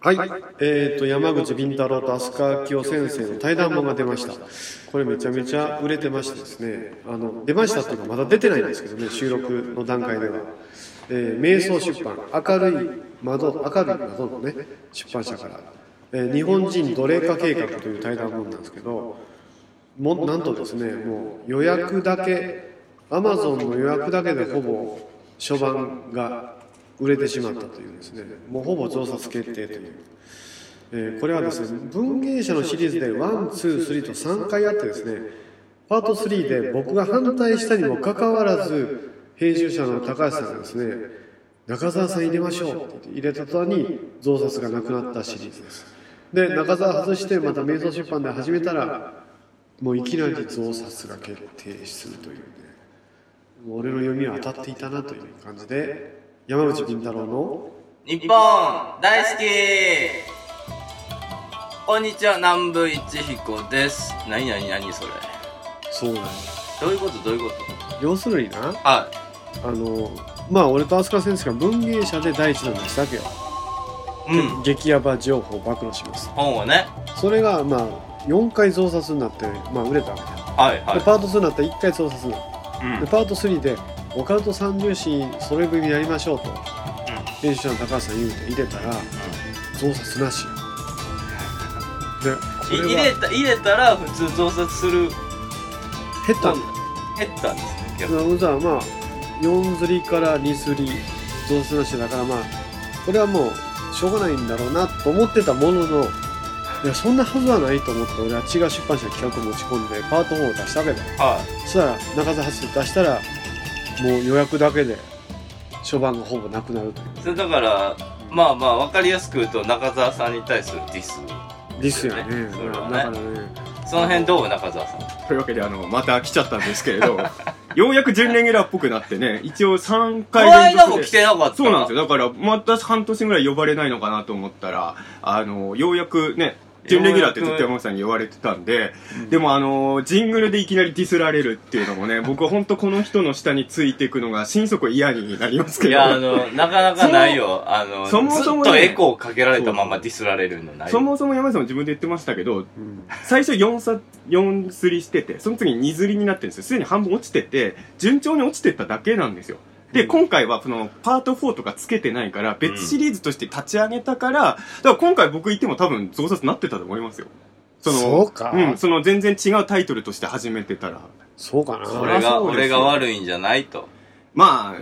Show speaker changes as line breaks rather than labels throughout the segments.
はい、えー、と山口敏太郎と飛鳥明夫先生の対談本が出ましたこれめちゃめちゃ売れてましてですねあの出ましたっていうかまだ出てないんですけどね収録の段階では、えー、瞑想出版明るい窓明るい窓のね出版社から、えー日本人奴隷化計画」という対談本なんですけどもなんとですねもう予約だけアマゾンの予約だけでほぼ初版が売れてしまったというですねもうほぼ増刷決定という、えーこれはですね文芸者のシリーズで123と3回あってですねパート3で僕が反対したにもかかわらず編集者の高橋さんがですね中澤さん入れましょうって言って入れた途端に増刷がなくなったシリーズですで中澤外してまた瞑想出版で始めたらもういきなり増刷が決定するというねもう俺の読みは当たっていたなという感じで山口敏太郎の
日本大好きこんにちは南部一彦です何何何それ
そうなんです
どういうことどういうこと
要するにな
は
あのまあ俺と飛鳥先生が文芸者で第一弾出したわけよ、
いうん
激ヤバ情報を暴露します
本をね
それがまあ4回増刷になってまあ売れたわけだ
はいは
でパート2になったら1回増刷になった
い、う
で
ん
パート3でオカルト三重詩それ組やりましょうと編集者の高橋さん言うて入れたら増刷なしよでこ
い入
れは
れた入れたら普通増刷する
減ったんだ
減ったんですねけど
まあ、じゃあまあ4釣りから2釣り増刷なしだからまあこれはもうしょうがないんだろうなと思ってたもののいやそんなはずはないと思って俺は違う出版社に企画を持ち込んでパート4を出したわけだよ
は
そしたら中澤発出したらもう予約だけで初版がほぼなくなるという
いそれだからまあまあ分かりやすく言うと中澤さんに対するディス
ですよね
そうだね
だからね
その辺どう中澤さん
というわけであのまた来ちゃったんですけれ どようやく準レギュラーっぽくなってね一応3
こ
回
の
連
間
続
も
で
来てなかった
そうなんですよだからまた半年ぐらい呼ばれないのかなと思ったらあのようやくね準レギュラーってずっと山本さんに言われてたんで、でもあのジングルでいきなりディスられるっていうのも ね僕は本当この人の下についていくのが心底嫌になりますけ
い
ど
やあのなかなかないよあの
そもそもね
ずっとエコーかけられたままディスられるのない
そもそも山本さんも自分で言ってましたけど
うん
最初4さ4釣りしててその次に2釣りになってるんですよすでに半分落ちてて順調に落ちてっただけなんですよで、今回はそのパート4とかつけてないから別シリーズとして立ち上げたから、だから今回僕いても多分増刷なってたと思いますよその
そうか
うんその全然違うタイトルとして始めてたら
そうかな
それ
そりゃ
が
そうです
俺
よ
が悪いんじゃないと
まあ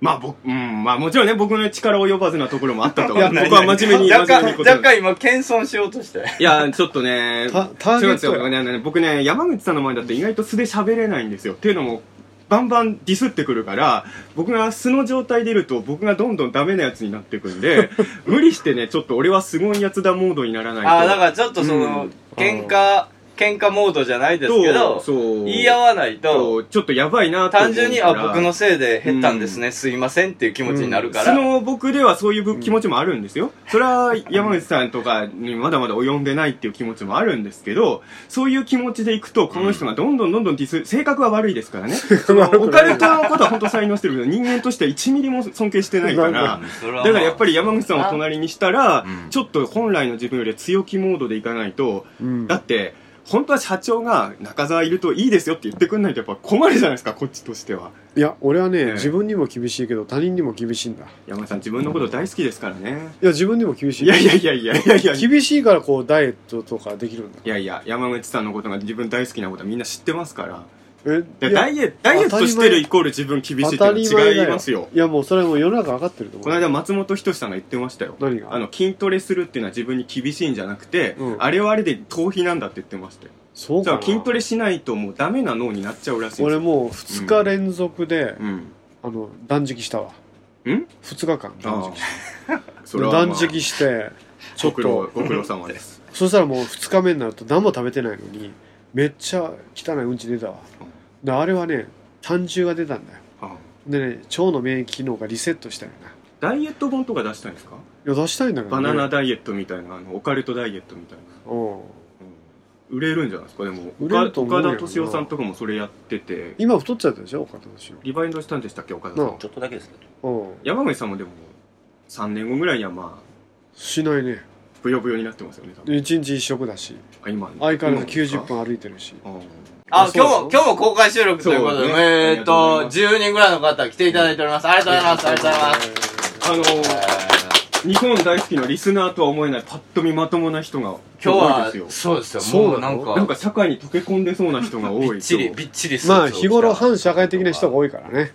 まあ僕、うん、まあもちろんね、僕の力及ばずなところもあったと思う。
いや
僕は真面目に、
若
真面目に
干
答え
若干今謙遜しようとして
いや、ちょっとね、
タターゲット
違う違うあのね僕ね、山口さんの前だと意外と素で喋れないんですよ。っていうのも、バンバンディスってくるから、僕が素の状態でいると、僕がどんどんダメなやつになってくん で、無理してね、ちょっと俺はすごいやつだモードにならないと。
ああだからちょっとその、
うん
喧嘩喧嘩モードじゃないですけど
そう、
言い合わない
そ
と
うちょっとやばいなと思う
単純に
か
あ
ら
僕のせいで減ったんですね、すいませんっていう気持ちになるから、
素の僕ではそういう気持ちもあるんですよ。それは山口さんとかにまだまだ及んでないっていう気持ちもあるんですけど、そういう気持ちでいくと、この人がどんどんどんどんディス、性格は悪いですからね。そのオカルトのことは本当才能してるけど、人間としては1ミリも尊敬してないか
な
ら
うん、それ
だ
はまあ
からやっぱり山口さんを隣にしたら
う、ん
ちょっと本来の自分よりは強気モードでいかないと、
うん
だって、本当は社長が中澤いるといいですよって言ってくんないとやっぱ困るじゃないですか、こっちとしては。
いや俺はね、
ええ
自分にも厳しいけど他人にも厳しいんだい
山口さん自分のこと大好きですからね。
や自分にも厳しい
いやいやいやいやいやいやい
厳しいからこうダイエットとかできるんだ
やいや山口さんのことが自分大好きなことはみんな知ってますから
え
いやダイエットダイエットしてるイコール自分厳しいっていうのは違いますよ
いやもうそれはもう世の中分かってると思う
この間松本人志さんが言ってましたよ
何が
あの筋トレするっていうのは自分に厳しいんじゃなくて、
うん
あれはあれで逃避なんだって言ってましたよ
そう
じ
か
ゃ
な
あ筋トレしないともうダメな脳になっちゃうらしいんです
俺
よ
もう2日連続で、
うん
あの断食したわ
ん
2日間断
あ
食
あそれは、まあ、
断食してちょっ
ご苦労
と
ご苦労様です
そしたらもう2日目になると何も食べてないのにめっちゃ汚いうんち出たわであれはね胆汁が出たんだよ
ああ
でね腸の免疫機能がリセットしたよな
ダイエット本とか出したいんですか
いや出したいんだけど、
バ
ね、
ナナダイエットみたいなあのオカルトダイエットみたいな
うん
売れるんじゃないですかでも
売れると思うよ
岡田敏夫さんとかもそれやってて
今太っちゃったでしょ岡田敏
リバインドしたんでしたっけ岡田さ
夫
ん、
なあ
ちょっとだけですけど
うん
山口さんもでも3年後ぐらいにはまあ
しないね
ブヨブヨになってますよね多分
一日一食だし
あ今
相変わらず
今ですか
90分歩いてるし
うん
あ、今日
そう
も、今日も公開収録ということで、
そうね
えーっと、10人ぐらいの方来ていただいております。ありがとうございます。ありがとうございます。
あの日本大好きのリスナーとは思えないパッと見まともな人が
今
多い
日
で
は、
す
そうですよ。
そう
もう
な
な
の
ん
よなんか
か、
社会に溶け込んでそうな人が多い
びっちり、
今日
びっちりスーツを着た
まあ日頃反社会的な人が多いからね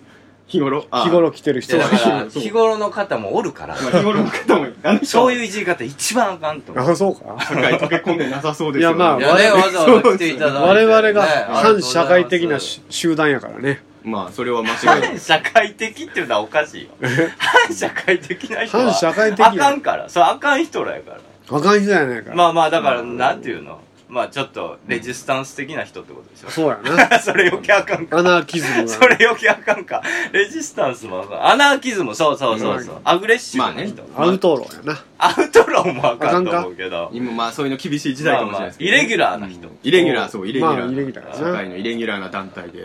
日頃あ
日頃来てる
いや
人が
だから、
そう
日頃の方もおるから、
まあ日頃の方もあの人
そう
は
いういじり方一番あかんと思う。
あそうか
社会に溶け込んでなさそうですよね
いやまあ
いやね、わざわざ来ていただいて。
我々が
ね
反社会的な。
あ
し集団やからね
まあそれは間違い
りが
な
とうございま
い
す反社会的っていうのはおかしい よ。反社会的な人は。
反社会的
あか
や
んから。それあかん人らやから。
あかん人やないから、
まあまあ、だから、なんていうのまあ、ちょっと、レジスタンス的な人ってことでしょ。
そうやな
それ余計あかんか。
アナーキズム
そ
が
れ余計あかんか。レジスタンスもあかん。アナーキズム、そうそうそうそう。アグレッシブな人。
アウトローやな
アウトローもあかんと思うけど。
今まあそういうの厳しい時代
ま
かもしれ
あま
ない
あ
です、け
イ
どね
レギュラーな人。
イレギュラーそうイレギュラー
まあイレギュラー
社
やな
会のイレギュラーな団体で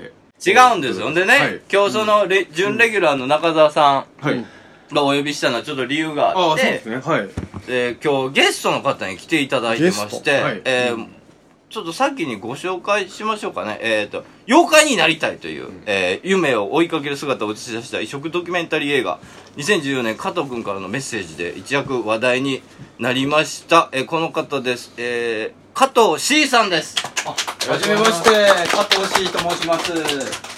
違うんですよ。でね、
はい
今日そのレ、準レギュラーの中澤さ
はい、
んがお呼びしたのはちょっと理由
あ
があ
あそう
っ
で
て
す、ねはい
えー今日ゲストの方に来ていただいてまして、
ゲストはい
えー
うん
ちょっと先にご紹介しましょうかね。えっ、と、妖怪になりたいという、えー夢を追いかける姿を映し出した異色ドキュメンタリー映画、2014年加藤くんからのメッセージで一躍話題になりました。えーこの方です。えー加藤 C さんです。
はじめまして、加藤シーと申します。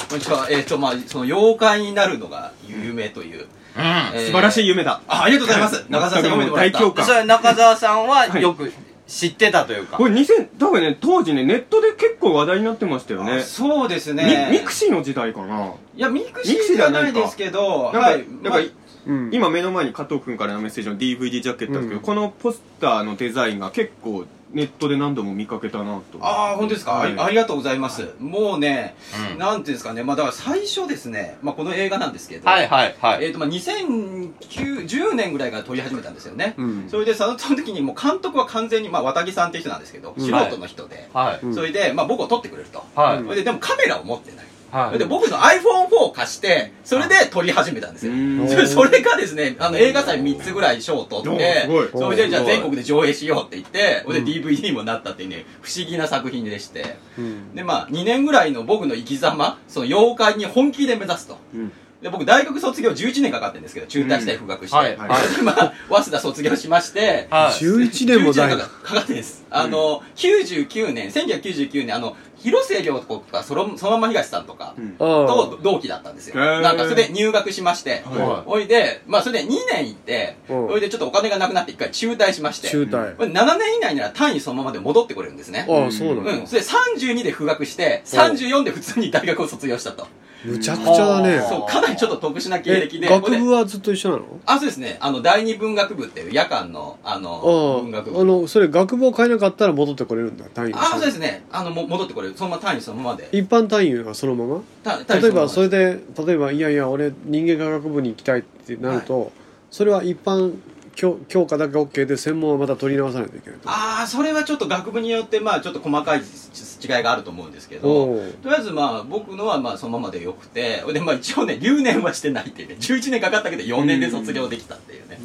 こんにちは。えっ、と、まあ、その妖怪になるのが夢という。えー
素晴らしい夢だ
あ、ありがとうございます。長澤さん読めてもらった。
大共感
それは中澤さんは
はい
よく知ってたというか。
これ2000だからね当時ねネットで結構話題になってましたよね
そうですね。
ミミクシーの時代かない
や、ミクシーじゃないですけど、
なんか、
はい。
なんか、
まあ
うん
今目の前に加藤君からのメッセージの DVD ジャケットなんですけど、
うん
このポスターのデザインが結構ネットで何度も見かけたなと
ああ、本当ですか、
はい
あありがとうございます。もうね、
うん
なんていうんですかね、まあ、だから最初ですね、まあ、この映画なんですけど、
はいはいはい。
えっ、と、まあ、2010年ぐらいから撮り始めたんですよね。
うん
それで、その時にもう監督は完全に、まあ、綿木さんっていう人なんですけど、
うん
素人の人で、
はい。
うん
それで、まあ、僕を撮ってくれると。
はい。
それで、でもカメラを持ってない。そ
は
れで、僕の iPhone4 を貸して、それで撮り始めたんです
う
よ。
ーん
それそれがですね、あの、映画祭3つぐらい賞を取っ
おーすごい
て、それで、じゃあ
おーすごい
全国で上映しようって言って、それ
うん
で DVD もなったっていうね、不思議な作品でして。
うん
で、まあ、2年ぐらいの僕の生き様、その妖怪に本気で目指すと。
うん
で、僕、大学卒業11年かかってるんですけど、中退して復学して。
はい
はい
で まあ、早稲田卒業しまして、
はい。
11年も
11
大
年
学
かかかかってです。あの、99年、1999年、あの、広末涼子とか、そのそのまま東さんとか
うん
と同期だったんですよ。
へー
なんか、それで入学しまして、
はい
おいで、まあ、それで2年行って、
うん
おいでちょっとお金がなくなって1回中退しまして、
中退
これ7年以内なら単位そのままで戻ってこれるんですね。
ああそうなんだ、
うん。それで32で復学して、34で普通に大学を卒業したと。
むちゃくちゃだね
あー
そう、かなりちょっと特殊な経歴
え
で。ここ
学
で
部はずっと一緒なの
あ、そうですね。あの、第二文学部っていう夜間の、あの、文
あ
学
ああ
部。
のそれ学部を変えなかったら戻ってこれるんだ単位
あ、そうですすね。あの、も戻ってこれる。そのまま単位そのままで。
一般単位はそのまま
た
例えばそれ
れ
で例えばいやいや俺人間科学部に行きたいってなると、それは一般教教科だけ OK で専門はまた取り直さないといけないと
ああ、それはちょっと学部によって、まあ、ちょっと細かい違いがあると思うんですけど、
おう
とりあえずまあ、僕のはまあ、そのままでよくて、で、まあ、一応ね、留年はしてないっていうね、11年かかったけど4年で卒業できたっていうね。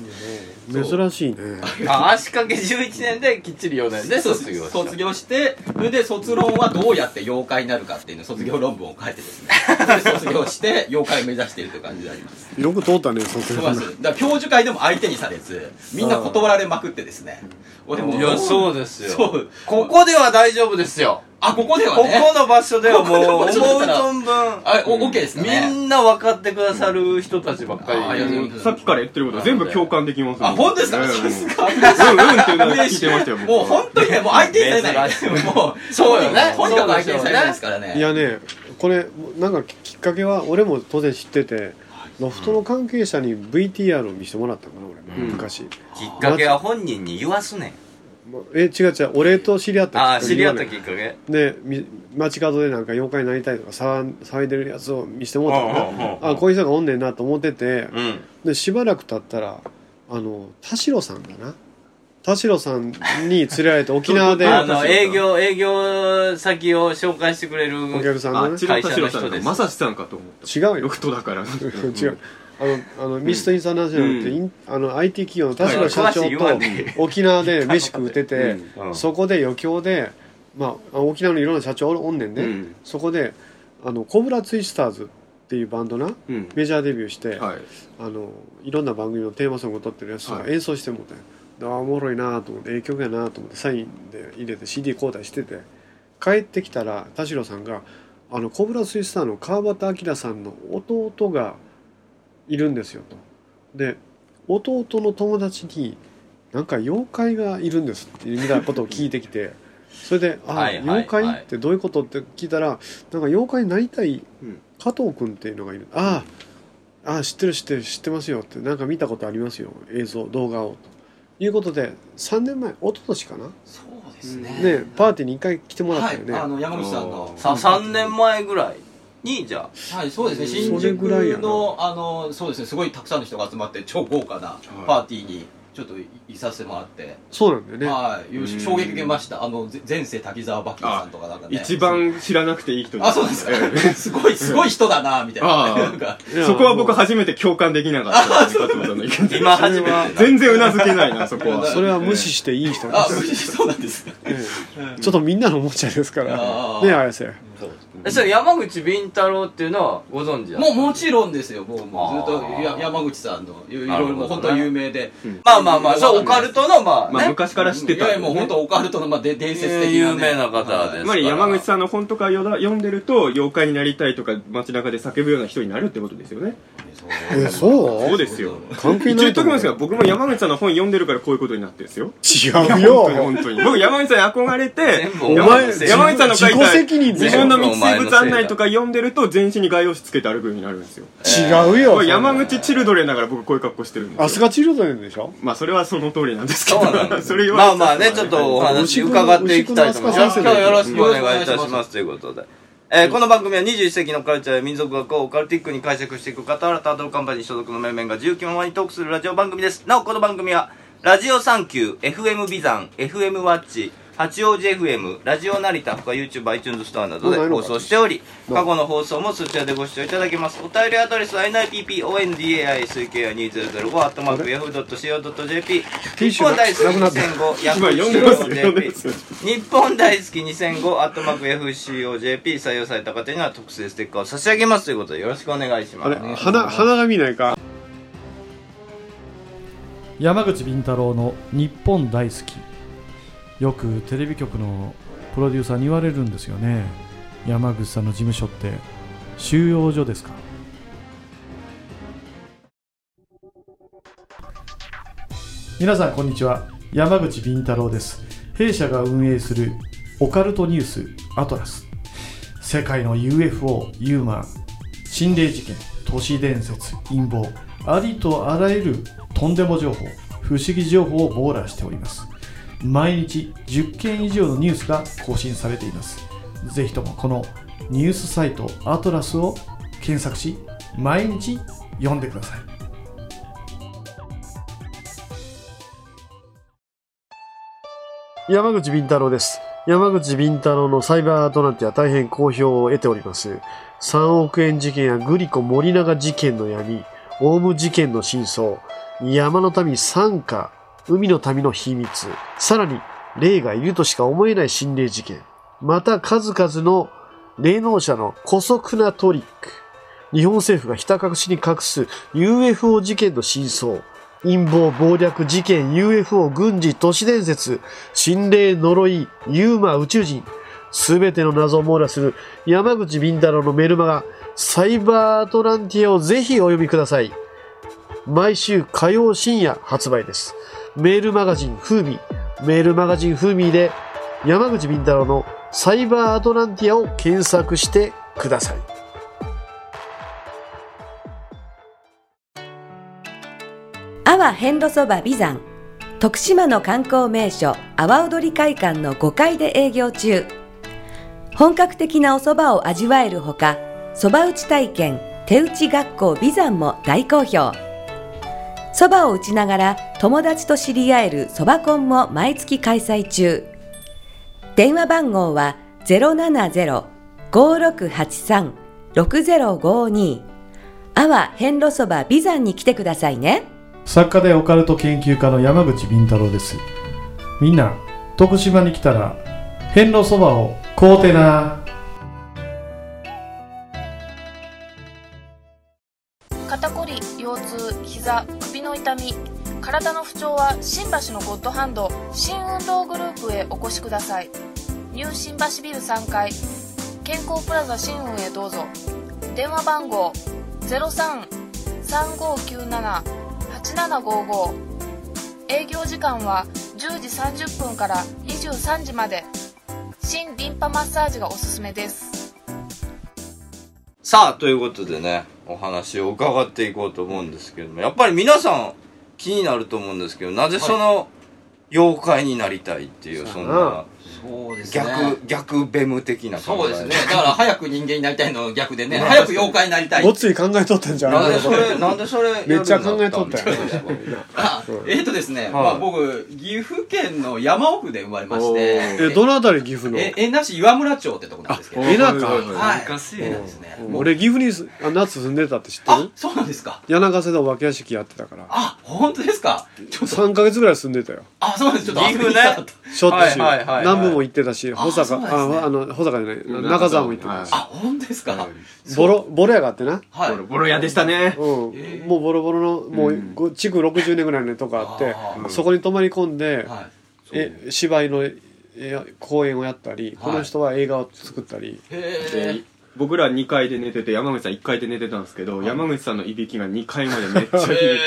そう
珍しいね
あ、足掛け11年できっちり4年で卒業した。
卒業してそれで卒論はどうやって妖怪になるかっていうのを卒業論文を書いてです ねそれで卒業して妖怪を目指しているという感じであります
よく通った ね卒
そう
業
なんですだから教授会でも相手にされずみんな断られまくってですね俺も
いや、そう
う
ですよ。
そう
ここでは大丈夫ですよ。
あここで
こ
は
こ
ね
の場所ではもう思う
ここの場所だから
存分、
あお OK ですか
み
ね
んな分かってくださる人たちばっか
ああり
り
がとうござい
い
ま
る。
す
さっきから言ってることは全部共感できます
あ本当ですか
ね
さすが
うんうんっていうのは聞いてましたよ僕
もう本当にねもう相手にされないもう
そうよね
とにかく相手にされないですからね
いやねこれなんかきっかけは俺も当然知っててロフトの関係者に VTR を見せてもらったのかな俺も
うん
昔、
きっかけは本人に言わすねん。
まえ違う違う俺と知り合った
ああ、知り合っ
言わ
た
ない
きっかけ
でみ街角でなんか妖怪になりたいとか騒騒いでるやつを見せてもらったのね
あ
あこういう人がおんねんなと思ってて
うん。
でしばらく経ったらあの田代さんだな田代さんに連れられて沖縄で
あ
お
の、営業、営業先を紹介してくれる。
客さん
あ
がね
ちらたしろ
会社
さ
の人
んが
です
まさしさんかと思った
違う
ロ
よ
フトだから違
違うあのあのミストインターナショナルって、
うん
インあの IT 企業の田代社長
詳しい言わんでいい
と沖縄で飯食うてて、
うん
そこで余興で、まあ、あ沖縄のいろんな社長おんねんね、
うん
そこであのコブラツイスターズっていうバンドな
うん
メジャーデビューして、
はい
あのいろんな番組のテーマソングを撮ってるやつを
はい
演奏してもうて、ああおもろいなと思ってええ曲やなと思ってサインで入れて CD 交代してて帰ってきたら田代さんが「あのコブラスイスターの川端明さんの弟がいるんですよ」と。で弟の友達に「なんか妖怪がいるんです」っていうみたいなことを聞いてき てそれで「あ、
はいはい
妖怪
はい
ってどういうこと?」って聞いたら「なんか妖怪になりたい
うん
加藤君っていうのがいる」ああああ知ってる知ってる知ってますよってなんか見たことありますよ映像動画をということで3年前一昨年かな
そうですね。
ねパーティーに1回来てもらっ
は
たよ
い、
ね、
あの、山口さんの。
さ3年前ぐらいにじゃ
はい、そうですね。
う
新
んそれ
宿
ぐらいやな
の、あの、そうですね。すごいたくさんの人が集まって、超豪華なパーティーに、ちょっといさせてもらって、
そうなんだよね、
はい、よ
うん
し衝撃受けました。あの、ぜ前世滝沢バキさんとかなんかね。
一。番知らなくていい人
あ、そうなんですか
ええ。
すごい、すごい人だな、みたいな。
ああ
なんか、
いや
そこは僕
もう
初めて共感できなかったです加藤さんの意見
あ今初めて
全然うなずけないなそこは
それは無視していい人
あ、
です、
そうなんで すか。
ええちょっとみんなのおもちゃですから
あー
ね綾瀬
えそれ山口敏太郎っていうのはご存知だ
もうもちろんですよ、もうもうずっ
あ
と
ー
や山口さんのいいろい
なる
ろ
ほどね
もう本当有名で、
まあまあまあそうオ
わか
カ
んない
ルトのまあ
まあ
ね
昔から知ってた
い
ん
やい
で
や
ね
もう本当オカルトの、まあ、で伝説的な、ね、
有名な方
は
で
い
す
つまり山口さんの本とかよだ読んでると妖怪になりたいとか街中で叫ぶような人になるってことですよね
えそう
そうですよ
関
一
係
応
な
言
い
っときますが
思う
僕も山口さんの本読んでるからこういうことになってるんですよ
違う
本当に
よ
本当に僕山口さんに憧れて
全部お
お
前
前
のせい
山口さんの書い
自己
た
責任で
自
しょ
分の密生物案内とか読んでると全身に画用紙つけて歩くようになるんですよ
違うよ
これ
そんな
山口チルドレンだから僕こういう格好してるんですよ
アスガチルドレンでしょ
まあそれはその通りなんですけ
そ
ど
うなんです
それ言わ
ま
れた
あまあねちょっとお話
牛久
伺っていきたいと思います
牛久
今
の飛鳥さん
日よろしくお願いいたしますということでえーこの番組は21世紀のカルチャーや民族学をオカルティックに解釈していく傍らタートルカンパニー所属の面々が自由気ままにトークするラジオ番組です。なお、この番組は、ラジオサンキュー、FM ビザン、FM ワッチ、八王子 FM、ラジオ成田、他 YouTube、iTunes ストアなどで放送しており、過去の放送もそちらでご視聴いただけます。お便りアドレスは nippondai2005-yahoo.co.jp
ィッ
日
シュ
本
が
大好き
なくなった
2005ヤフ
今読んでますよ読んでま
JP
すよ
日本大好き2005アットマーク FCOJP 採用された方には特製ステッカーを差し上げますということでよろしくお願いしま
あ
す
れ鼻鼻が見えないか
山口敏太郎の日本大好きよくテレビ局のプロデューサーに言われるんですよね山口さんの事務所って収容所ですか皆さんこんにちは山口敏太郎です弊社が運営するオカルトニュースアトラス世界の UFO ユーマン心霊事件都市伝説陰謀ありとあらゆるとんでも情報不思議情報を網羅しております毎日10件以上のニュースが更新されていますぜひともこのニュースサイトアトラスを検索し毎日読んでください
山口敏太郎です。山口敏太郎のサイバーアトランティア大変好評を得ております。3億円事件やグリコ森永事件の闇、オウム事件の真相、山の民参加、海の民の秘密、さらに霊がいるとしか思えない心霊事件、また数々の霊能者の古速なトリック、日本政府がひた隠しに隠す UFO 事件の真相、陰謀、暴略、事件、UFO、軍事、都市伝説、心霊、呪い、ユーマ、宇宙人、すべての謎を網羅する山口敏太郎のメルマガ、サイバーアトランティアをぜひお読みください。毎週火曜深夜発売です。メールマガジンフーミー、メールマガジンフーミーで山口敏太郎のサイバーアトランティアを検索してください。
阿波遍路そば美山徳島の観光名所阿波踊り会館の5階で営業中本格的なお蕎麦を味わえるほか蕎麦打ち体験手打ち学校美山も大好評蕎麦を打ちながら友達と知り合える蕎麦コンも毎月開催中電話番号は070-5683-6052阿波遍路そば美山に来てくださいね
作家でオカルト研究家の山口敏太郎ですみんな徳島に来たら遍路そばを買うてな
肩こり腰痛膝首の痛み体の不調は新橋のゴッドハンド新運動グループへお越しくださいニュー新橋ビル3階健康プラザ新運へどうぞ電話番号0335978755営業時間は10時30分から23時まで新リンパマッサージがおすすめです
さあ、ということでね、お話を伺っていこうと思うんですけれども、やっぱり皆さん気になると思うんですけど、なぜその妖怪になりたいっていう、そんな
そうですね
逆、逆ベム的な考
そう
え
ですねだから早く人間になりたいの逆でね早く妖怪になりたい
ごっつい考えとったんじゃん
なんでそれ、なんでそれやる
めっ
ように
ち
な
ゃ
ったの、
考えとったよ
あえーとですね、まあ、僕岐阜県の山奥で生まれまし
え
て
どのあたり岐阜の
ええなし岩村町ってとこなんですけど
えなか
はいえなんですねもう
俺岐阜にすあ夏住んでたって知って
あ
る
そうなんですか
柳ヶ瀬のお化け屋敷やってたから
あ本当ですかち ょっと
3ヶ月ぐらい住んでたよ
あそうなんですちょっと
岐阜ね
遊びに来たかった
しょっちゅう
はいはいはいはい
南部も行ってたし保
そう
坂
なんですね
ああの保坂じゃない中沢も行ってたし
あ本当ですか
ボロボロやがあってな
はい
ボロボロ屋でしたね。
うん、もうボロボロのもうご築60年ぐらいのとこあって
あー
そこに泊まり込んで、
はい
え芝居のえ公演をやったり、この人は映画を作ったり
へ
僕ら2階で寝てて、山口さん1階で寝てたんですけど、山口さんのいびきが2階までめっちゃいい。
え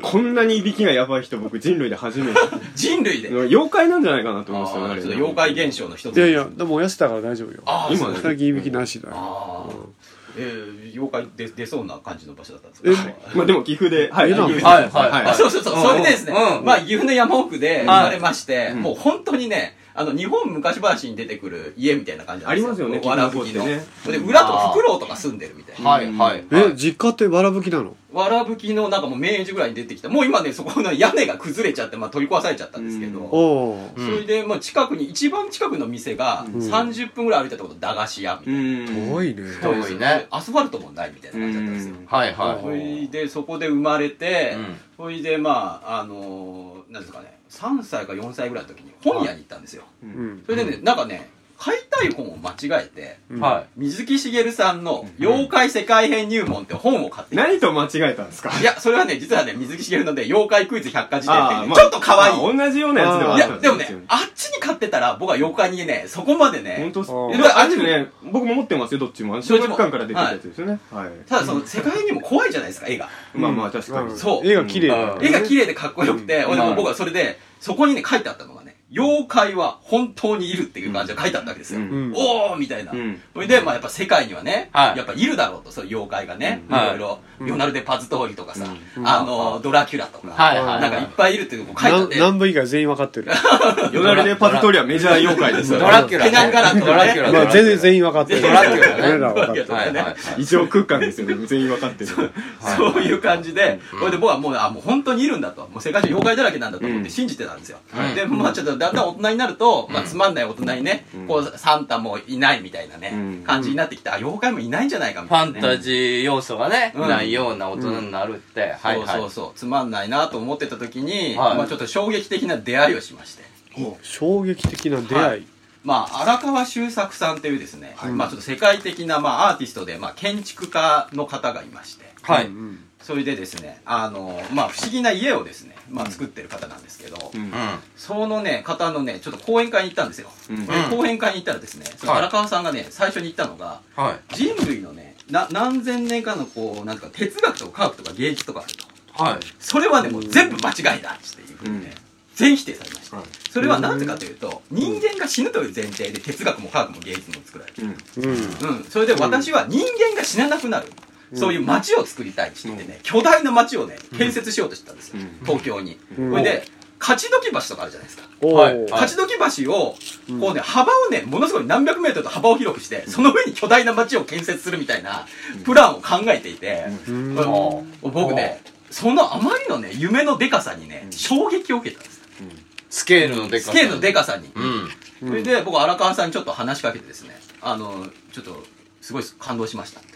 こんなにいびきがやばい人、僕人類で初めて。
人 類で
妖怪なんじゃないかなと
あ
思うんですよ、あ
ー
れ
ちょっと妖怪現象の一つ
いやいやでも痩せたから大丈夫よ
あー
今ね
そう
最近いびきなしだよ
あーえー妖怪で出そうな感じの場所だったんです
え
か
まあでも岐阜で、は
え
い、
えな
岐阜で
はいはい
あそうそうそう、
うん
それでですね、
うん
まあ、岐阜の山奥で生まれまして、もう本当にね、あの、日本昔話に出てくる家みたいな感じなんですよ。
ありますよね
わらぶき
岐阜の
の。
方ってね
それで、裏とかフクロウとか住んでるみたいな。
はいはい
え、実家ってわらぶきなの
わらぶきのなんかもう明治ぐらいに出てきた。もう今ね、そこの屋根が崩れちゃって、まあ取り壊されちゃったんですけど。
おお
それで、まあ近くに、一番近くの店が、30分ぐらい歩いたところ、駄菓子屋みたいな。
うん。
遠いね
遠いね。
アスファルトもないみたいな感じだったんですよ。
はいはい。
それでそこで生まれて、
うん
それでまああのーなんですかね3歳か4歳ぐらいの時に本屋に行ったんですよ、
うん
それでね、なんかね買いたい本を間違えて、
は
水木しげるさんの「妖怪世界編入門」って本を買ってきた、
何と間違えたんですか
いやそれはね実はね水木しげるので「妖怪クイズ百科事典」ってい
あ
う
ー
ね、
まあ
ちょっと可愛い、
あ同じようなやつではあ
い
った
や
ん
でも
す
ね
よ
あっちに買ってたら僕は妖怪にねそこまでね
本当っす
うん
えだからあれですね、僕も持ってますよ、どっちも。小
どっちも
学館から出てたやつですよね。はい。
ただその世界編にも怖いじゃないですか絵が
まあまあ、確かに。
そう
絵が綺麗だよ
うん
ね
絵が綺麗でかっこよくて、俺も僕はそれで、そこにね、書いてあったのがね、妖怪は本当にいるっていう感じで書いてあったわけですよ。
うん
うん
おーみたいな。
うん
それで、まあやっぱ世界にはね、
はい
やっぱいるだろうと、そういう妖怪がね、
はい
いろいろ、ヨナルデ・パズトーリとかさ、
うん
あの、ドラキュラとか、
はいはい
なんかいっぱいいるっていうのを書いてあ
な
って、
南部以外全員わかってる
よだれでパズトリはメジャー妖怪です
い。
よ
ド。ラキュラね。
ペナンガラとかね
ドラキュラ。
まあ全然全
員。
員わかってる
ドラキュラね
俺らは分かってる
ドラ
はい
キュラ
はい
ね
はい。
異常空間ですよね。全員分かってる。
そういう感じで、それで僕はもう、あ、もう本当にいるんだと。もう世界中妖怪だらけなんだと思って信じてたんですよ。で、まあちょっとだんだん大人になると、まあつまんない大人にね、こう、サンタもいないみたいなね、
うん
感じになってきて、あ、妖怪もいないんじゃないかみ
フ
たいな、
ァ
ね。
ンタジー要素がね、
うん
ないような大人になるって。はいはい。
そうそうそう、つまんないなと思ってた時に、
はい
まあちょっと衝撃的な出会いをしまして。
衝撃的な出会い、
はいまあ、荒川修作さんというですね、まあちょっと世界的な、まあアーティストで、まあ建築家の方がいまして、
はい。
それでですね、あの、まあ不思議な家をですね、まあ作ってる方なんですけど、
うん
う
そのね、方のね、ちょっと講演会に行ったんですよ。
うん
で講演会に行ったらですね、その
はい
荒川さんがね、最初に言ったのが、
ん。はい。
人類のね、な何千年かのこう、なんか哲学とか科学とか芸術とかあると。
はい。
それはね、もう全部間違いだっていうふうにね、全否定されました。
はい
それはなぜかというと、人間が死ぬという前提で哲学も科学も芸術も作られてる。
うん
うん、それで私は人間が死ななくなる。そういう街を作りたいって言ってね、巨大な街をね、建設しようとしてたんですよ。
うん
東京に。
うん
それで、勝どき橋とかあるじゃないですか。
おお、
はい
勝どき橋を、こうね、幅をね、ものすごい何百メートルと幅を広くして、その上に巨大な街を建設するみたいなプランを考えていて、これ僕ね、そのあまりのね、夢のでかさにね、衝撃を受けたんです。
スケールのでかさ。
スケールのでかさに。
うん。
それで僕荒川さんにちょっと話しかけてですねあのちょっとすごい感動しましたって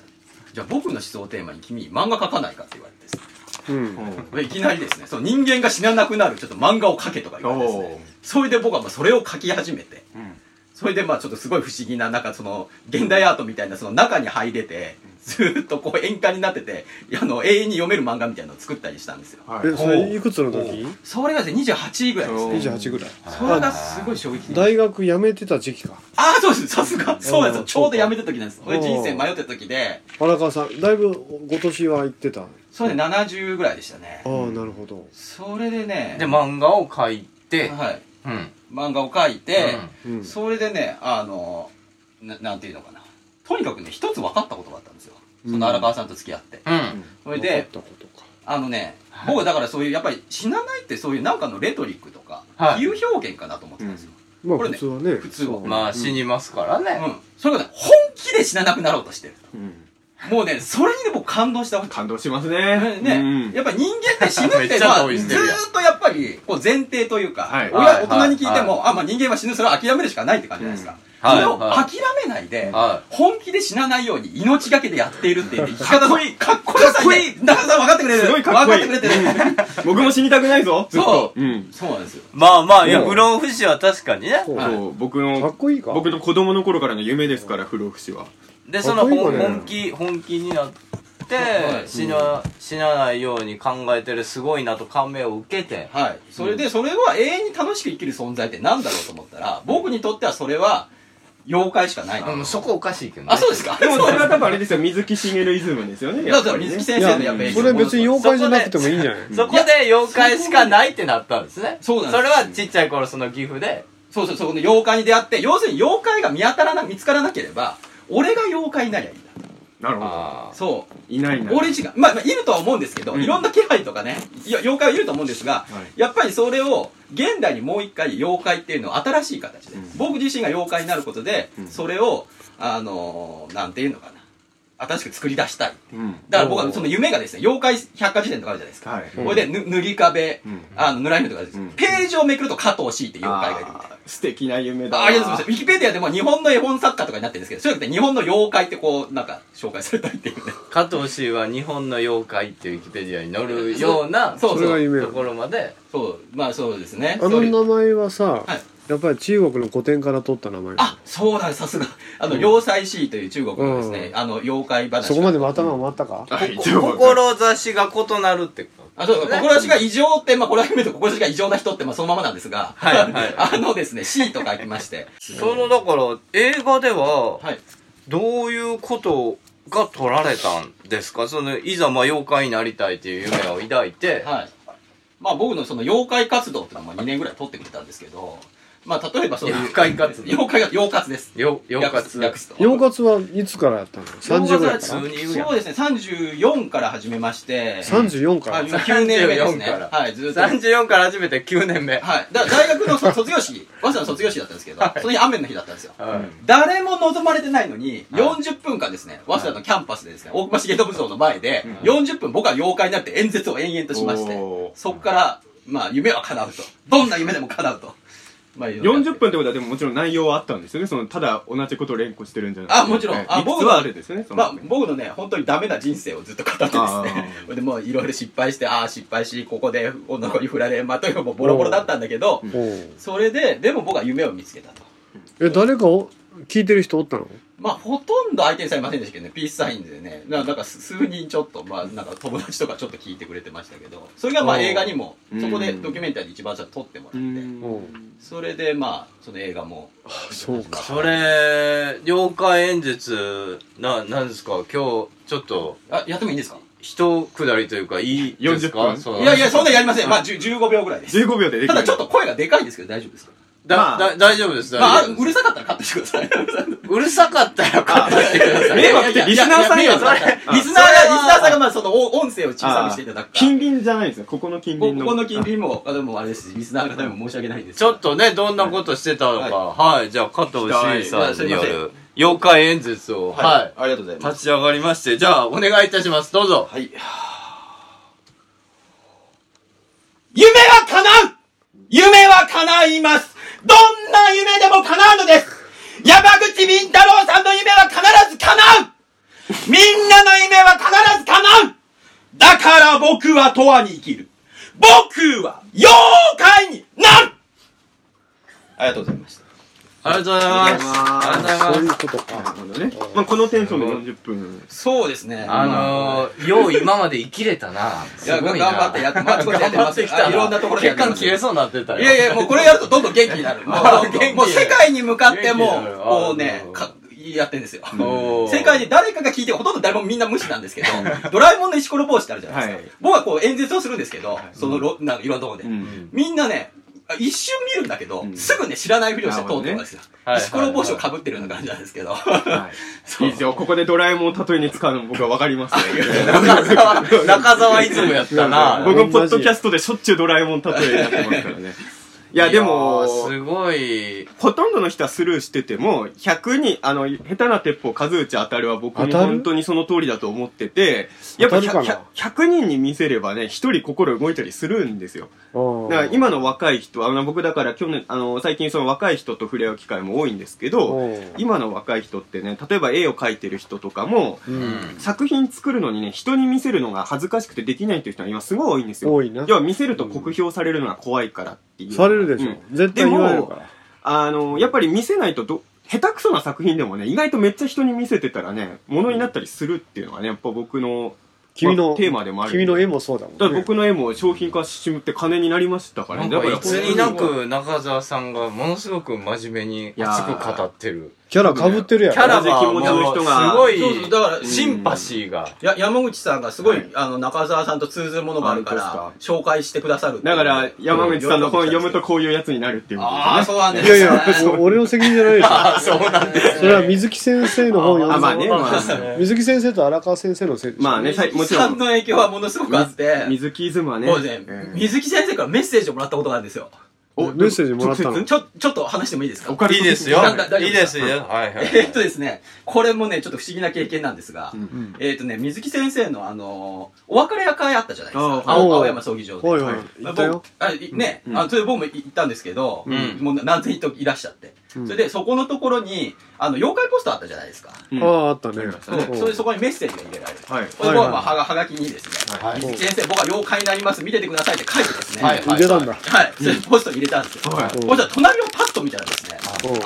じゃあ僕の思想をテーマに君漫画描かないかって言われてですね
うん
でいきなりですねその人間が死ななくなるちょっと漫画を描けとか言われてですねそれで僕はまあそれを描き始めて、それでまあちょっとすごい不思議ななんかその現代アートみたいなその中に入れてずーっとこう円環になってていやあの永遠に読める漫画みたいなのを作ったりしたんですよ
えそれいくつの時
それがですね28位ぐらいですね
28ぐらい
それがすごい衝撃的
大学辞めてた時期か
ああそうですさすがそうなんですよちょうどやめた時なんです
う
俺
か
人生迷った時で
荒川さんだいぶ今年は行ってたあ
それで70ぐらいでしたね
あなるほど
それでね
で漫画を描いて、
はい
うん
漫画を描いて、
うん
それでねあのななんていうのかなとにかくね一つ分かったことがあったんですよその荒川さんと付き合って、
うん
それで
分かったことか
あのね、僕はだからそういうやっぱり死なないってそういうなんかのレトリックとか、
はい
比喩表現かなと思ってたんですよ、
まあ
これ
普
ね
通はね
普通は
そう
まあ死にますから
うん
ね、
それがね本気で死ななくなろうとしてるもうねそれにね僕感動したわけ
感動しますね。
ね、やっぱり人間って死ぬっ、
めってちゃ
まあ、
遠い
ず
んだ
ー
よ
っとやっぱり、こう前提というか、
はい
親、
はい
大人に聞いても、
は
あ、まあ人間は死ぬ、それは諦めるしかないって感じじゃないですか。
うんはい
それを
はい
諦めないで、
は
本気で死なないように命がけでやっているっていう生き方 の
かっこいい
かっこよさ
かっこい
にね、だから分かってくれる。
すごいかっこいい
分かってくれ てる。
僕も死にたくないぞ、ずっと。
そう
うん。
そうなんですよ。
まあまあいや
うん
不老不死は確かにね
そう
そう、僕
かっ
の、
こいいか
僕の子供の頃からの夢ですから、不老不死は。
でその
かっこいい
本,、
よね
気本気になって、
はい
死な死なないように考えてるすごいなと感銘を受けて、
はい。それで、それは永遠に楽しく生きる存在ってなんだろうと思ったら、僕にとってはそれは、妖怪しかない。
うん、そこおかしいけどね
あ、そうですか
でもそれは多分あれですよ、水木しげるイズムですよね。
だ
やっ
か
ぱ
ら
り
水
ね
木
い
先生のや
や
っぱり
それ別に妖怪じゃなくてもいいんじゃない
そこで妖怪しかないってなったんですね
そうなんです
れはちっちゃい頃その岐阜で
そうそう、そこの妖怪に出会って、要するに妖怪が見当たらな、見つからなければ、俺が妖怪になりゃいいんだ。
なるほど。
あ
そう。
いないな。
俺違う。まあ、まあ、いるとは思うんですけど、
うん
いろんな気配とかね、いや妖怪はいると思うんですが、
はい
やっぱりそれを、現代にもう一回妖怪っていうのを新しい形で、
うん
僕自身が妖怪になることで、
うん
それを、あのーなんていうのかな。新しく作り出したい。
うん。
だから僕はその夢がですね、妖怪百科事典とかあるじゃないですか。
はい。
これでぬ塗り壁、
うん
あの、塗られるとかです、
うん
ページをめくると加藤氏って妖怪がいるみたいな
あ。ー素敵な夢だ。
あありがとうございます。ウィキペディアでも日本の絵本作家とかになってるんですけど、そうじゃなくて日本の妖怪ってこう、なんか紹介されたりっていう ね。
あ加藤氏は日本の妖怪っていうウィキペディアに載るような
そう
それが夢
ところまで
そう、まあそうですね。
あ
そ
の
ういう
名前はさ
はい
やっぱり中国の古典から取った名前
あ、そうだ、さすが。あの、妖才師という中国のですね、
う
あの、妖怪話。
そこまで頭回ったか
はい。じゃあ
志が異なるってこ
あ、そうか、志が異常って、まあこれを見ると志が異常な人って、まあそのままなんですが、
はいはい
あのですね、C と書きまして。
とそのだから映画では
はい。
どういうことが取られたんですかそのいざまあ妖怪になりたいっていう夢を抱いて、
はい。まあ僕のその妖怪活動っていうのはまあ2年ぐらい取ってくれたんですけど、まあ例えばそうい う。
妖怪活動
妖怪が、妖活です。
よ妖活
略すと
4月はいつからやったの30ぐらいか
普
な
通に言うやん
そうですね、34から始めまして、
34か
あ
ら
今9年目ですね。
34から
はい、ずっと。はい。
34から始めて9年目
だ大学のそ卒業式、 早稲田の卒業式だったんですけど、その日雨の日だったんですよ。
はい
誰も望まれてないのに、
はい
40分間ですね、早稲田のキャンパスでですね、大隈重信像の前で、40分僕は妖怪になって演説を延々としまして
おー、
そこから、まあ夢は叶うと。どんな夢でも叶うと。まあ、いろいろやって
40分ってことはでももちろん内容はあったんですよね。その、ただ同じことを連呼してるんじゃなくて。
あもちろん
はい
あ
理屈はあれですね。その
まあ、僕のね、本当にダメな人生をずっと語ってです
あ
ね。でもういろいろ失敗して、ああ、失敗し、ここで女の子に振られ、まあ、とにかくもうボロボロだったんだけど、
おう
それで、でも僕は夢を見つけたと。
え誰かを聞いてる人おったの
まあ、ほとんど相手にされませんでしたけどね、ピースサインでね、ななんか数数人ちょっと、まあ、なんか友達とかちょっと聞いてくれてましたけど、それがまあ
おー
映画にも、そこで
うん
ドキュメンタリーで一番最初撮ってもら
う。
って、
おうん
それでまあ、その映画も。
そうか
それ妖怪演説ななんですか今日ちょっと
あ、やってもいいんですか
一くだりというかいいです
40
か
分
その
いやいや、そんなやりません。まあ、じゅ15秒ぐらいです。
15秒でできる。
ただちょっと声がでかいんですけど大丈夫ですか
だ、
まあ
だ大丈夫です
まあ、あ
大丈夫
う
です
るさかったらカットしてください。
うるさかったらカットしてください
迷惑ってリスナーさん
い
や
や
ぞ
それリスナーが、リスナーさんがまあそのお音声を小さくしていただくから
近。隣じゃないですよ。ここの近
こ
隣
こ
の。
この近隣も、あでもあれですし、リスナーの方にも申し訳ないです。
ちょっとね、どんなことしてたのか。はい、じゃあ、加藤慎さんによ
はいすいま
る妖怪演説を、
はい
はい、
ありがとうございます。
立ち上がりまして、じゃあ、お願いいたします。どうぞ。
はい。
夢は叶う夢は叶いますどんな夢でも叶うのです山口敏太郎さんの夢は必ず叶うみんなの夢は必ず叶うだから僕は永遠に生きる僕は妖怪になるありがとうございました。
ありがとうございます。ありがとうございます。
そういうことか。
ほどね。まあ、このテンションで40分。
そうですね。
あのー、よう今まで生きれたな。
いや、
すご
頑
いな
張ってやって、まあ、ちょっとやっ
頑
て
張
ま
っ
す
てきたな。
いろんなところでやっ
血
てま
管
す
切れそうになってたよ
いやいや、もうこれやるとどんどん元気になる。も
あー元
う、
気
もう世界に向かっても
元気になる
う、こうね
あー、
かやってんですよ。
おー
世界に誰かが聞いて、ほとんど誰もみんな無視なんですけど、ドラえもんの石ころ帽子ってあるじゃないです
はい
か。僕はこう演説をするんですけど、そのろ、なんかいろんなところで
う。ん。
みんなね、あ一瞬見るんだけど
う、ん
すぐね、知らないふりをして通ってくんですよ
な。るほどね
石ころ帽子を被ってるような感じなんですけ ど。
はい。いいですよ。ここでドラえもんを例えに使うのも僕はわかりますね。
中澤、中澤いつもやったな。
僕もポッドキャストでしょっちゅうドラえもん例えやってますからね。 いや、でも、
いやーすごい。
ほとんどの人はスルーしてても、100に、あの、下手な鉄砲数打ち当たるは僕も
当たる
本当にその通りだと思ってて、やっぱ
当たるか
100,
な
100人に見せればね、一人心動いたりするんですよ。だか
あ
ら今の若い人は、あの、僕だから去年、あの、最近その若い人と触れ合う機会も多いんですけど、
あ。
今の若い人ってね、例えば絵を描いてる人とかも、
うん。
作品作るのにね、人に見せるのが恥ずかしくてできないっていう人は今すごい多いんですよ。
多いな
要。は見せると酷評されるのが怖いからっていう。
されるでしょ
うん。
絶対言われるから。
あの、やっぱり見せないとど、下手くそな作品でもね、意外とめっちゃ人に見せてたらね、ものになったりするっていうのがね、やっぱ僕の、
君
ま
の
あ、テーマでもある。
君の
絵
絵もそうだもん
だから
ね。
僕の絵も商品化してって金になりましたから
なん
ね。だ
か
から
いつになく中澤さんがものすごく真面目に熱く語ってる。
キャラ被ってるやん。
キャラ
同
が
じ気持ちの人が
すごい
そうそうだから
シンパシーが。
や山口さんがすごい、
はい
あの中澤さんと通ずるものがあるか
あ
ら
本当で
紹介してくださるってい
だ
う
から、山口さんの本読むとこういうやつになるっていうこと
ああそうなんです
いやいや、お俺の責任じゃないでしょ。
そうなんです。
それは水木先生の本
あ、まあ
読ん
ね、
で
まあ、
水木先生と荒川先生のせいでしょ
まあね、さいもちろ
さん
ん
の、影響はものすごくあって
水木イズムはね、
もうね、
うん
水木先生からメッセージをもらったことがあるんですよ
メッセージもらったの
直接
ちょちょっと話してもいいですか
オカル
い
ト
いですよ
だ だ。
いいですよ。はい はい。
えーっとですねこれもねちょっと不思議な経験なんですが、
ん
えーっとね水木先生のあのーお別れ会あったじゃないですか
あ
ー
青
はい
青山葬儀場で
はいはい行ったよ
あいね、あのそれで僕も行ったんですけど、
ん
もう何千人といらっしゃって、
ん
それでそこのところにあの妖怪ポスターあったじゃないですか、
うん
ああ、あったね。
そうそれでそこにメッセージが入れられる、
はい
これ僕はまあ
は
はがはがきにですね、
はい
水木先生僕は妖怪になります見ててくださいって書いてですね、
はい
入れたんだ。
はい、それポストに入れたんですよ。
はい
そしたら隣をパッと見たらですね、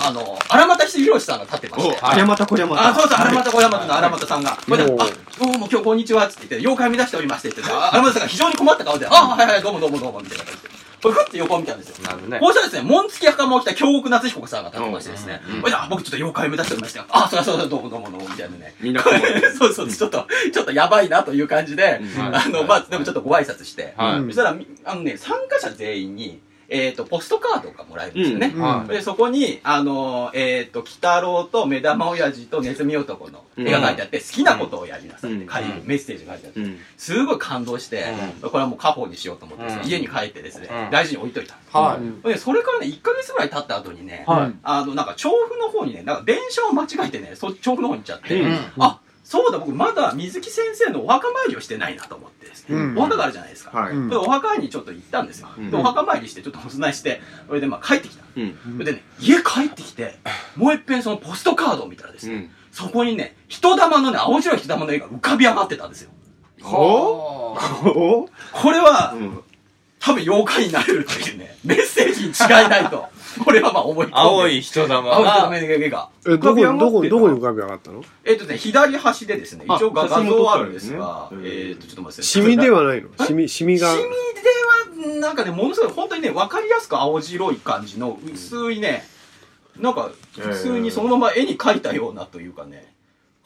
あの、荒俣ひろしさんが立ってまし
お
て、、
あれまたこれまた。
あ、そうそう、荒俣小山の荒俣さんが、これで、
お
あ、どうも今日こんにちは、つって言って、妖怪を目指しておりまして、って言って、あ荒俣さんが非常に困った顔で、あ、はいはい、どうもどうもどうも、みたいな感じで。これ、ふって横を見たんですよ。
なるね
こうしたらですね、紋付き袴を着た京極夏彦さんが立ってましてですね、これであ、僕ちょっと妖怪を目指しておりましたよ。あ、そうだそうだ、どうもどうもどうも、みたいなね。
みんなこう
そうそう、ちょっと、ちょっとやばいなという感じで、あの、まあ、でもちょっとご挨拶して、
はい
そしたら、みあのね、参加者全員に、えっ、と、ポストカードがもらえるんですよね。
うん
はい
で、そこに、あのー、えっ、と、鬼太郎と目玉親父とネズミ男の絵が書いてあって、好きなことをやりなさいって書いてる、
うん
メッセージが書いてあって、
うん
すごい感動して、これはもう家宝にしようと思ってですね、
うん
家に帰ってですね、
うん
大事に置いといた。
は
でそれからね、1ヶ月ぐらい経った後にね、
はい
あの、なんか調布の方にね、なんか電車を間違えてね、そ調布の方に行っちゃって、
うん
あ、そうだ、僕まだ水木先生のお墓参りをしてないなと思ってですね、
うん
お墓があるじゃないですか。
はい。
うん
でお墓にちょっと行ったんですよ、
うん
でお墓参りしてちょっとお供えしてそれでまあ帰ってきた、
うん。
ん
それでね家帰ってきてもう一遍そのポストカードを見たらですね、
うん
そこにね人玉のね青白い人玉の絵が浮かび上がってたんですよ
おお
これは、
うん
多分妖怪になれるというねメッセージに違いないと俺はまあ思い込んで
青い人玉
青い人玉
が、
の絵が
え、どこに、
浮か
ど
び上がってた
こに、どこに浮かび上がったの
えっ、とね左端でですね一応
あ
画
写
像
真も撮っ
は
て
あ
ある
る
ん
ん
で
ですす
ね
が、
うん
えっ、とちょっと待ってくださ
シ
い
ミではないのシミ、シミが
シ。ミではなんかねものすごい本当にね分かりやすく青白い感じの薄いねなんか普通にそのまま絵に描いたようなというかね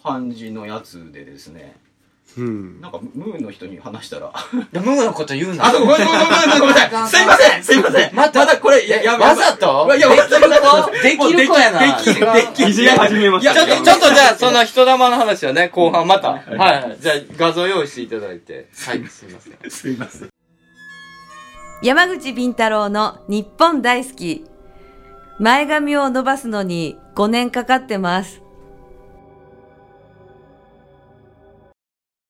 感じのやつでですね
うん。
なんかムーの人に話したら
ムーのこと言うな
あごめんごめんごめんごめんごめんごめんすいませんすいませんまだこれややばい
わざと
いやわざと
できる子できる子やな
できるできる
いじり始めま
い
し
や
た。
ちょっと、ちょっとじゃあ、その人玉の話はね、後半また。
は
は
い
い、はい。じゃあ、画像用意していただいて。はい、すいません。
すいません
山口敏太郎の日本大好き。前髪を伸ばすのに5年かかってます。